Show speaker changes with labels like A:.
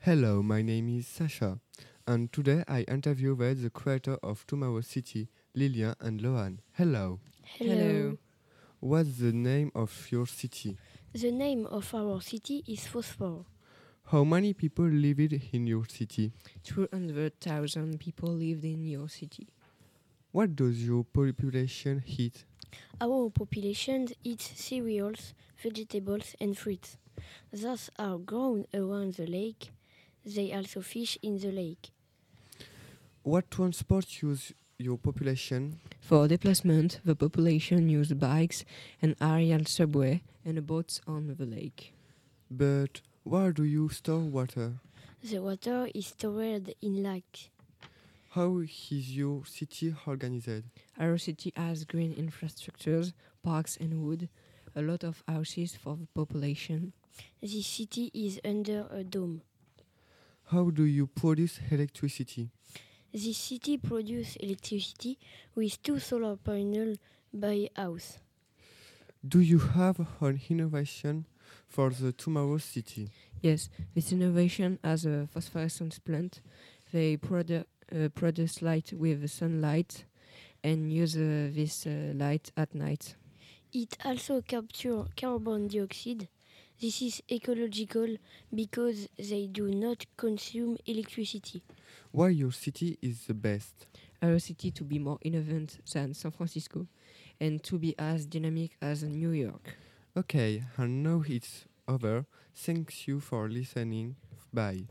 A: Hello, my name is Sasha, and today I interview with the creator of Tomorrow City, Lilia and Lohan. Hello.
B: Hello.
A: What's the name of your city?
B: The name of our city is Phosphor.
A: How many people live in your city?
C: 200,000 people lived in your city.
A: What does your population eat?
B: Our population eats cereals, vegetables, and fruits. Those are grown around the lake. They also fish in the lake.
A: What transport use your population?
C: For déplacement, the population used bikes, an aerial subway, and boats on the lake.
A: But where do you store water?
B: The water is stored in lakes.
A: How is your city organized?
C: Our city has green infrastructures, parks, and wood, a lot of houses for the population.
B: The city is under a dome.
A: How do you produce electricity?
B: The city produces electricity with two solar panels by house.
A: Do you have an innovation for the tomorrow city?
C: Yes, this innovation has a phosphorescence plant. They produ- uh, produce light with sunlight and use uh, this uh, light at night.
B: It also captures carbon dioxide. This is ecological because they do not consume electricity.
A: Why your city is the best?
C: Our city to be more innovative than San Francisco and to be as dynamic as New York.
A: Okay, and now it's over. Thank you for listening. Bye.